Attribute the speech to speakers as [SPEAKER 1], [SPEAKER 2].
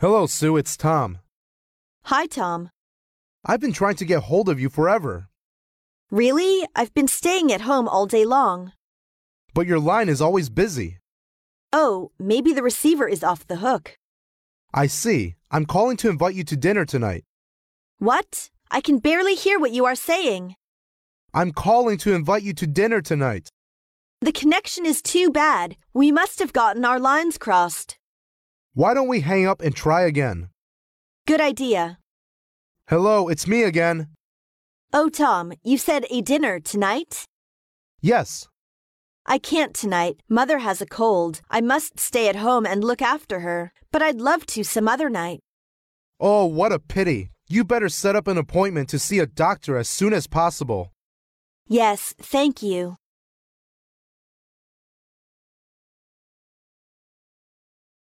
[SPEAKER 1] Hello, Sue. It's Tom.
[SPEAKER 2] Hi, Tom.
[SPEAKER 1] I've been trying to get hold of you forever,
[SPEAKER 2] Really? I've been staying at home all day long.
[SPEAKER 1] but your line is always busy.
[SPEAKER 2] Oh, maybe the receiver is off the hook.
[SPEAKER 1] I see. I'm calling to invite you to dinner tonight.
[SPEAKER 2] What? I can barely hear what you are saying.
[SPEAKER 1] I'm calling to invite you to dinner tonight.
[SPEAKER 2] The connection is too bad. We must have gotten our lines crossed.
[SPEAKER 1] Why don't we hang up and try again?
[SPEAKER 2] Good idea.
[SPEAKER 1] Hello, it's me again.
[SPEAKER 2] Oh, Tom, you said a dinner tonight?
[SPEAKER 1] Yes.
[SPEAKER 2] I can't tonight. Mother has a cold. I must stay at home and look after her. But I'd love to some other night.
[SPEAKER 1] Oh, what a pity. You better set up an appointment to see a doctor as soon as possible.
[SPEAKER 2] Yes, thank you.